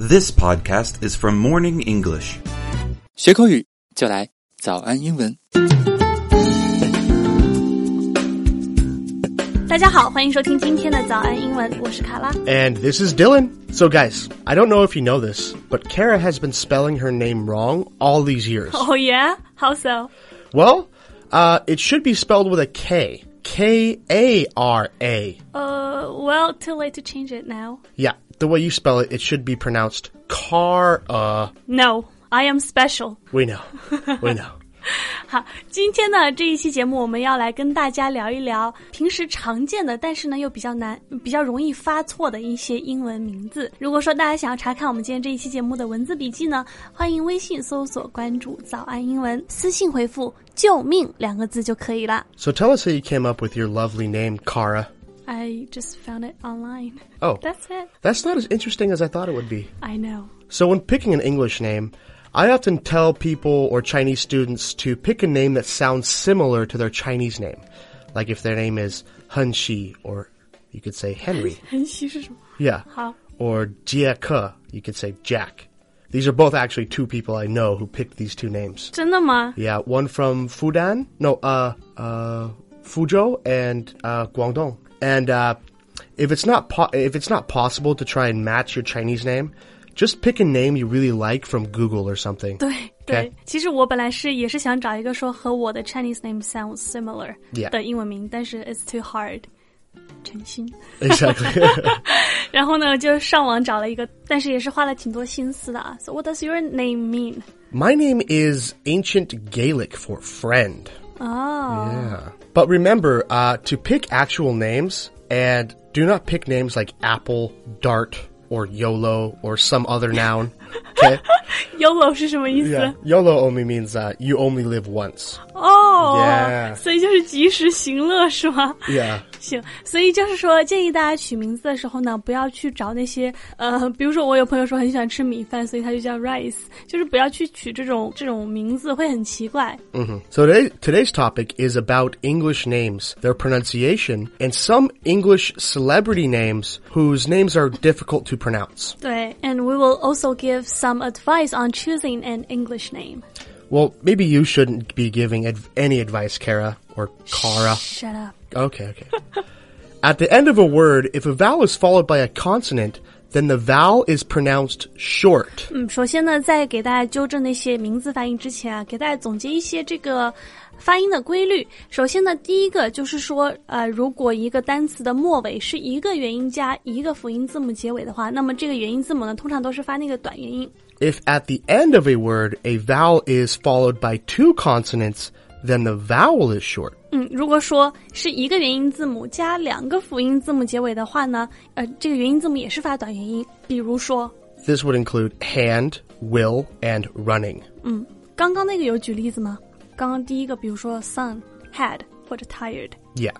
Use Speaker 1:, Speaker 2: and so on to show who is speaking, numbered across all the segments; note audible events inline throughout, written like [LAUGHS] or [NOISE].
Speaker 1: This podcast is from Morning English.
Speaker 2: 学口语就来早安英文。
Speaker 3: 大家好，欢迎收听今天的早安英文，我是卡拉。
Speaker 4: And this is Dylan. So, guys, I don't know if you know this, but Kara has been spelling her name wrong all these years.
Speaker 3: [LAUGHS] [LAUGHS] Oh yeah, how so?
Speaker 4: Well, uh, it should be spelled with a K. K A R A.
Speaker 3: Uh, well, too late to change it now.
Speaker 4: Yeah, the way you spell it, it should be pronounced car uh.
Speaker 3: No, I am special. [LAUGHS]
Speaker 4: We know. We know.
Speaker 3: 好，今天呢这一期节目我们要来跟大家聊一聊平时常见的，但是呢又比较难、比较容易发错的一些英文名字。如果说大家想要查看我们今天这一期节目的文字笔记呢，欢迎微信搜索关注“早安英文”，私信回复“救命”两个字就可以啦。
Speaker 4: So, tell us how you came up with your lovely name, Kara.
Speaker 3: I just found it online.
Speaker 4: Oh.
Speaker 3: That's it.
Speaker 4: That's not as interesting as I thought it would be.
Speaker 3: I know.
Speaker 4: So, when picking an English name, I often tell people or Chinese students to pick a name that sounds similar to their Chinese name. Like if their name is Henshi, or you could say Henry.
Speaker 3: 晨曦是什么？
Speaker 4: Yeah.
Speaker 3: Huh.
Speaker 4: Or Jieke, you could say Jack. These are both actually two people I know who picked these two names.
Speaker 3: 真的吗？
Speaker 4: Yeah, one from Fudan, no, uh, uh, Fuzhou and uh, Guangdong. And uh, if it's not po- if it's not possible to try and match your Chinese name, just pick a name you really like from Google
Speaker 3: [LAUGHS]
Speaker 4: or something.
Speaker 3: 对对
Speaker 4: Okay.
Speaker 3: 其实我本来是也是想找一个说和我的 Chinese name sounds similar
Speaker 4: Yeah.
Speaker 3: 的英文名但是 it's too hard。陈鑫，
Speaker 4: exactly. [LAUGHS]
Speaker 3: 然后呢就上网找了一个，但是也是花了挺多心思的啊。So what does your name mean？
Speaker 4: My name is ancient Gaelic for friend.
Speaker 3: 哦、
Speaker 4: Yeah. But remember uh, to pick actual names and do not pick names like apple, dart, or YOLO or some other noun. Okay?
Speaker 3: y o l o 是什么意思？
Speaker 4: Yeah. YOLO only means uh, you only live once.
Speaker 3: 哦
Speaker 4: Yeah
Speaker 3: 所以就是及时行乐是吗
Speaker 4: Yeah.
Speaker 3: 行，所以就是说，建议大家取名字的时候呢，不要去找那些呃，比如说我有朋友说很喜欢吃米饭，所以他就叫 rice，就是不要去取这种这种名字，会很奇怪。
Speaker 4: hmm So today, today's topic is about English names, their pronunciation, and some English celebrity names whose names are difficult to pronounce.
Speaker 3: 对，and we will also give some advice on choosing an English name.
Speaker 4: Well, maybe you shouldn't be giving adv- any advice, Kara or Kara.
Speaker 3: Shut up.
Speaker 4: Okay, okay. At the end of a word, if a vowel is followed by a consonant, then the vowel is pronounced short.
Speaker 3: 嗯，首先呢，在给大家纠正那些名字发音之前啊，给大家总结一些这个发音的规律。首先呢，第一个就是说，呃，如果一个单词的末尾是一个元音加一个辅音字母结尾的话，那么这个元音字母呢，通常都是发那个短元音。
Speaker 4: If at the end of a word, a vowel is followed by two consonants, then the vowel is short.
Speaker 3: 嗯，如果说是一个元音字母加两个辅音字母结尾的话呢，呃，这个元音字母也是发短元音。比如说，
Speaker 4: This would include hand, will, and running.
Speaker 3: 刚刚那个有举例子吗？刚刚第一个，比如说 sun、head 或者 tired。
Speaker 4: Yeah.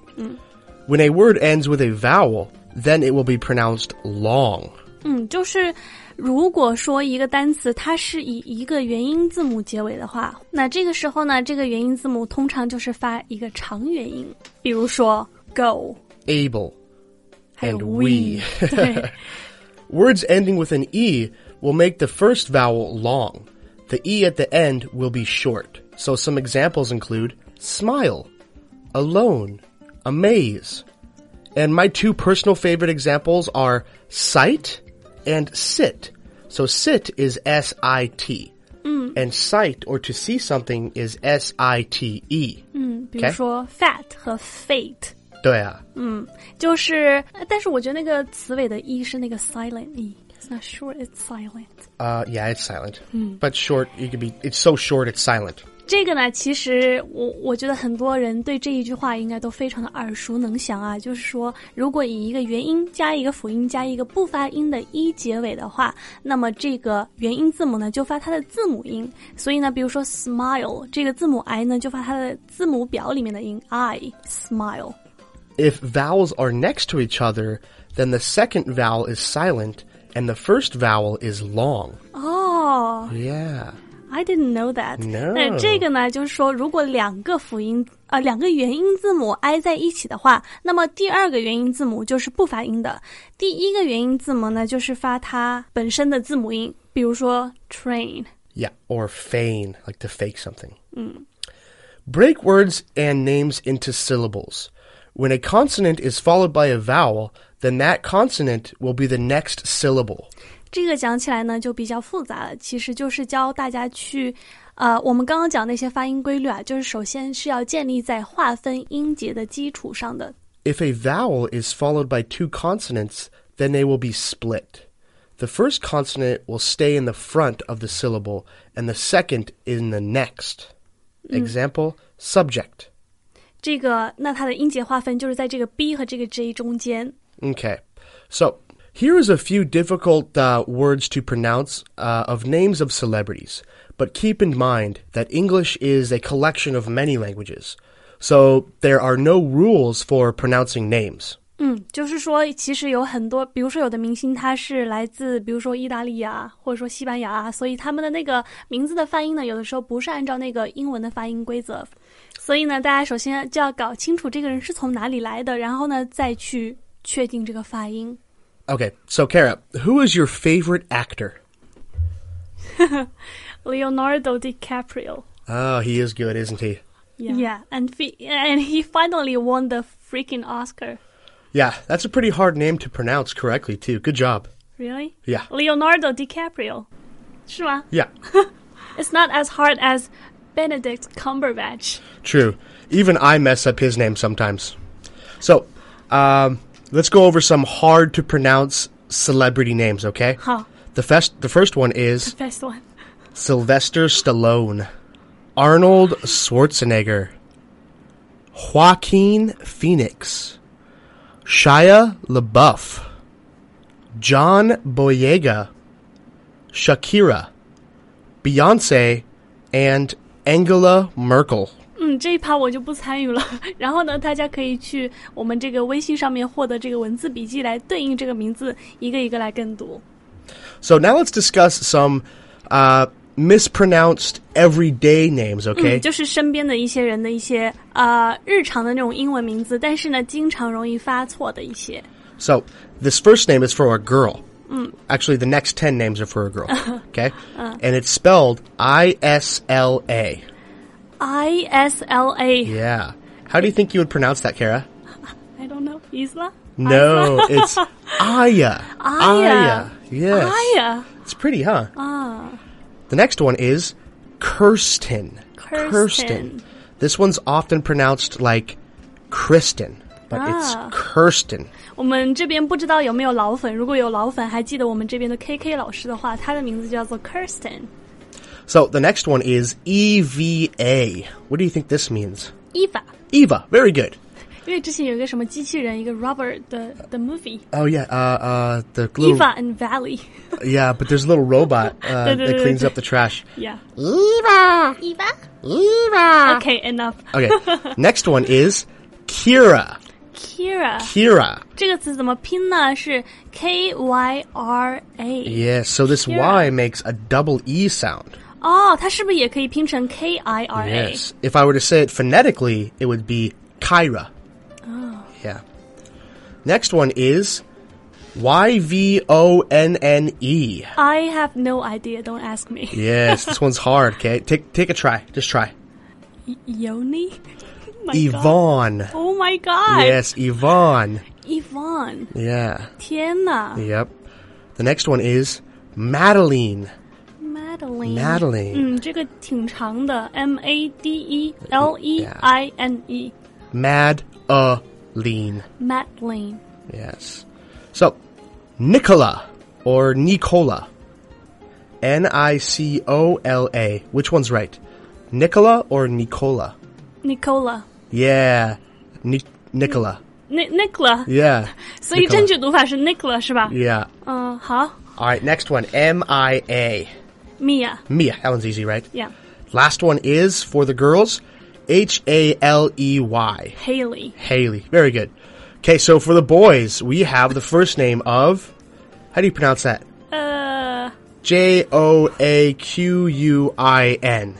Speaker 4: When a word ends with a vowel, then it will be pronounced long.
Speaker 3: 嗯，就是如果说一个单词它是以一个元音字母结尾的话，那这个时候呢，这个元音字母通常就是发一个长元音，比如说 go，
Speaker 4: Able.
Speaker 3: 还有
Speaker 4: And
Speaker 3: we，
Speaker 4: we
Speaker 3: 对
Speaker 4: Words ending with an E will make the first vowel long. The E at the end will be short. So some examples include smile, alone, amaze. And my two personal favorite examples are sight and sit. So sit is S I T. And sight or to see something is S I T E.
Speaker 3: 嗯，比如说 fat 和 fate，
Speaker 4: 对啊。
Speaker 3: 就是，呃但是我觉得那个词尾的 e 是那个 silent e，it's not sure it's silent。
Speaker 4: Uh, yeah, it's silent. But short, you could be, it's so short, it's silent.
Speaker 3: 这个呢，其实我我觉得很多人对这一句话应该都非常的耳熟能详啊。就是说，如果以一个元音加一个辅音加一个不发音的“一”结尾的话，那么这个元音字母呢就发它的字母音。所以呢，比如说 smile 这个字母 i 呢就发它的字母表里面的音 i smile。
Speaker 4: If vowels are next to each other, then the second vowel is silent and the first vowel is long.
Speaker 3: 哦、
Speaker 4: Yeah.
Speaker 3: I didn't know that。
Speaker 4: No
Speaker 3: 那这个呢，就是说，如果两个辅音呃两个元音字母挨在一起的话，那么第二个元音字母就是不发音的，第一个元音字母呢就是发它本身的字母音，比如说 train。
Speaker 4: Yeah, or feign, like to fake something.
Speaker 3: 嗯
Speaker 4: Break words and names into syllables. When a consonant is followed by a vowel, then that consonant will be the next syllable.
Speaker 3: 这个讲起来呢就比较复杂了，其实就是教大家去，呃，我们刚刚讲那些发音规律啊，就是首先是要建立在划分音节的基础上的。
Speaker 4: If a vowel is followed by two consonants, then they will be split. The first consonant will stay in the front of the syllable, and the second in the next. Example subject.
Speaker 3: 这个，那它的音节划分就是在这个 b 和这个 j 中间。
Speaker 4: Okay. So here is a few difficult uh, words to pronounce uh, of names of celebrities. But keep in mind that English is a collection of many languages. So there are no rules for pronouncing names.
Speaker 3: 嗯，就是说，其实有很多，比如说有的明星他是来自，比如说意大利啊，或者说西班牙啊，所以他们的那个名字的发音呢，有的时候不是按照那个英文的发音规则。所以呢，大家首先就要搞清楚这个人是从哪里来的，然后呢，再去确定这个发音。
Speaker 4: Okay, so Kara, who is your favorite actor?
Speaker 5: Leonardo DiCaprio.
Speaker 4: Oh, he is good, isn't he?
Speaker 5: Yeah.
Speaker 3: and fi- and he finally won the freaking Oscar.
Speaker 4: Yeah, that's a pretty hard name to pronounce correctly, too. Good job.
Speaker 3: Really?
Speaker 4: Yeah.
Speaker 5: Leonardo DiCaprio.
Speaker 3: 是吗？
Speaker 4: Yeah,
Speaker 5: It's not as hard as Benedict
Speaker 3: [LAUGHS]
Speaker 5: Cumberbatch.
Speaker 4: True. Even I mess up his name sometimes. So, um, let's go over some hard to pronounce celebrity names, okay?
Speaker 3: Huh.
Speaker 4: The first, the first
Speaker 3: [LAUGHS]
Speaker 4: one is
Speaker 5: Best one.
Speaker 4: Sylvester Stallone, Arnold Schwarzenegger, Joaquin Phoenix, Shia LaBeouf, John Boyega, Shakira, Beyonce, and Angela Merkel.
Speaker 3: 嗯，这一趴我就不参与了。 [LAUGHS] 然后呢，大家可以去我们这个微信上面获得这个文字笔记来对应这个名字，一个一个来跟读。
Speaker 4: So now let's discuss some uh, mispronounced everyday names,
Speaker 3: 嗯，
Speaker 4: okay?
Speaker 3: 就是身边的一些人的一些呃日常的那种英文名字，但是呢，经常容易发错的一些。
Speaker 4: so this first name is for a girl. Actually, the next 10 names are for a girl, okay? and it's spelled I S L A.
Speaker 3: I S L A，I
Speaker 4: Yeah. How do you think you would pronounce that, Kara?
Speaker 3: don't know，伊斯拉，
Speaker 4: No, it's Aya. Aya. Yes.
Speaker 3: 哎呀，
Speaker 4: It's pretty, huh? The next one is Kirsten.
Speaker 3: Kirsten.
Speaker 4: This one's often pronounced like Kristen, but
Speaker 3: Ah.
Speaker 4: it's Kirsten.
Speaker 3: 我们这边不知道有没有老粉，如果有老粉还记得我们这边的 K K 老师的话，他的名字叫做 Kirsten。
Speaker 4: So the next one is EVA. What do you think this means?
Speaker 3: 伊法，
Speaker 4: Eva. Very good.
Speaker 3: 因为之前有一个什么机器人，一个 Robert 的的 movie，
Speaker 4: Oh yeah, uh, uh, the little,
Speaker 3: Eva and Valley，
Speaker 4: yeah, but there's a
Speaker 3: [LAUGHS]
Speaker 4: little robot uh, that cleans up the trash.
Speaker 3: yeah，
Speaker 4: Eva,
Speaker 3: 伊巴
Speaker 4: Eva.
Speaker 3: ，OK，enough，Kira，、
Speaker 4: Okay, [LAUGHS] next one is Kira.
Speaker 3: Kira，
Speaker 4: Kira.
Speaker 3: 这个词怎么拼呢？是 K Y R A，
Speaker 4: Yes, so this
Speaker 3: Kira.
Speaker 4: Y makes a double E sound.
Speaker 3: 哦，它是不是也可以拼成 K I R A？
Speaker 4: Yes. If I were to say it phonetically, it would be Kyra. Oh. Yeah. Next one is Y V O N N E.
Speaker 3: I have no idea. Don't ask me.
Speaker 4: Yes, this one's hard. Okay, take take a try. Just try.
Speaker 3: Yoni? Oh [LAUGHS] My God.
Speaker 4: Yvonne.
Speaker 3: Oh my god.
Speaker 4: Yes, Yvonne.
Speaker 3: Yvonne.
Speaker 4: Yeah.
Speaker 3: 天呐
Speaker 4: Yep. The next one is Madeline.
Speaker 3: Madeline.
Speaker 4: Madeline.
Speaker 3: 嗯，这个挺长的，M A D E L E I N E。
Speaker 4: Mad a lean.
Speaker 3: Madeline.
Speaker 4: Yes. So, Nicola or Nicola. N I C O L A. Which one's right? Nicola or Nicola?
Speaker 3: Nicola.
Speaker 4: Yeah. Ni- Nicola.
Speaker 3: Ni Nicola.
Speaker 4: Yeah.
Speaker 3: 所以
Speaker 4: Nicola.
Speaker 3: 正确读法是 Nicola Uh, 是吧？
Speaker 4: Yeah.
Speaker 3: 嗯，好
Speaker 4: All right, next one. M I A.
Speaker 3: ，Mia.
Speaker 4: Mia. That one's easy, right?
Speaker 3: Yeah.
Speaker 4: Last one is for the girls. H A L E Y.
Speaker 3: Haley.
Speaker 4: Haley. Very good. Okay, so for the boys, we have the first name of. How do you pronounce that?
Speaker 3: 呃
Speaker 4: J O A Q U I N.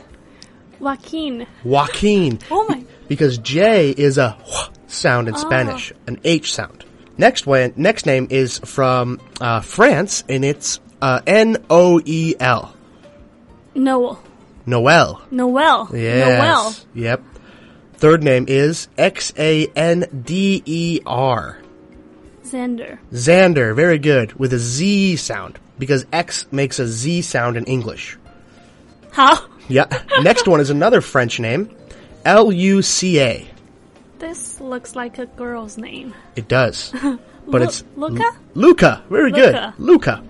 Speaker 3: Joaquin.
Speaker 4: Joaquin.
Speaker 3: Oh my.
Speaker 4: Because J is a wh sound in Spanish, an H sound. Next one, next name is from uh, France, and it's uh, N O E L.
Speaker 3: Noel.
Speaker 4: Noel.
Speaker 3: Noel.
Speaker 4: Yes.
Speaker 3: Noel.
Speaker 4: Yep. Third name is X A N D E R.
Speaker 3: Xander.
Speaker 4: Xander, very good, with a Z sound, because X makes a Z sound in English.
Speaker 3: How? [LAUGHS]
Speaker 4: Yeah. Next one is another French name, L U C A.
Speaker 3: This looks like a girl's name. [LAUGHS]
Speaker 4: It does. But it's
Speaker 3: Lu- Luca?
Speaker 4: Luca. Very
Speaker 3: Luca.
Speaker 4: good. Luca.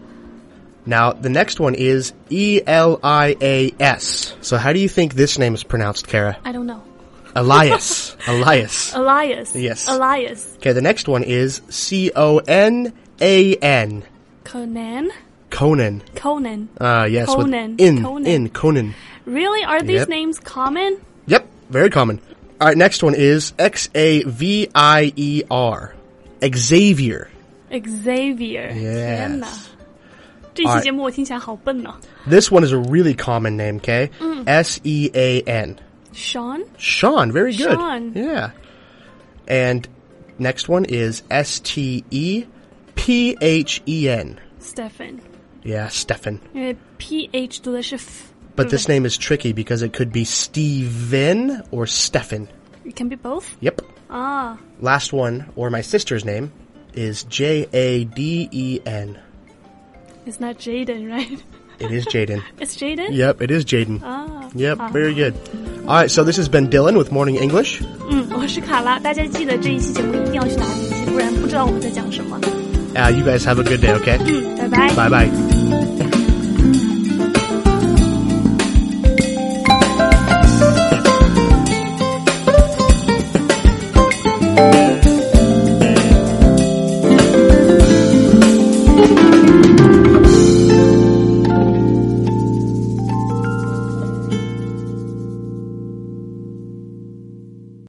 Speaker 4: Now, the next one is E L I A S. So, how do you think this name is pronounced, Kara?
Speaker 3: I don't know. [LAUGHS]
Speaker 4: Elias. Elias.
Speaker 3: Elias.
Speaker 4: Yes.
Speaker 3: Elias.
Speaker 4: Okay, the next one is C O N A N.
Speaker 3: Conan.
Speaker 4: Conan.
Speaker 3: Conan.
Speaker 4: Uh, yes. with
Speaker 3: Conan.
Speaker 4: In.
Speaker 3: Conan.
Speaker 4: In. Conan.
Speaker 3: Really? Are these
Speaker 4: Yep.
Speaker 3: names common?
Speaker 4: Yep. Very common. All right, next one is X A V I E R. Xavier.
Speaker 3: Xavier. 天哪
Speaker 4: Yes.！
Speaker 3: 这
Speaker 4: Alright.
Speaker 3: 期节目我听起来好笨呢、
Speaker 4: This one is a really common name, okay?
Speaker 3: Mm.
Speaker 4: S E A N.
Speaker 3: Sean
Speaker 4: Sean, very good.
Speaker 3: Sean.
Speaker 4: Yeah. And next one is S T E P H E N.
Speaker 3: Stephen，
Speaker 4: Yeah, Stefan.
Speaker 3: 因为 Uh, P H 读的是 f，
Speaker 4: But this name is tricky because it could be Steven or Stefan.
Speaker 3: it can be both
Speaker 4: Yep.
Speaker 3: 啊。
Speaker 4: Last one, or my sister's name, is J A D E N.
Speaker 3: It's not Jaden, right? [LAUGHS]
Speaker 4: It is Jaden.
Speaker 3: It's Jaden.
Speaker 4: yep, it is Jaden. Yep, very good. All right, so this has been Dylan with Morning English.
Speaker 3: 嗯，我是卡拉，大家记得这一期节目一定要去打笔记，不然不知道我们在讲什么。
Speaker 4: Uh, you guys have a good day, okay?
Speaker 3: 嗯，拜拜。
Speaker 4: Bye bye.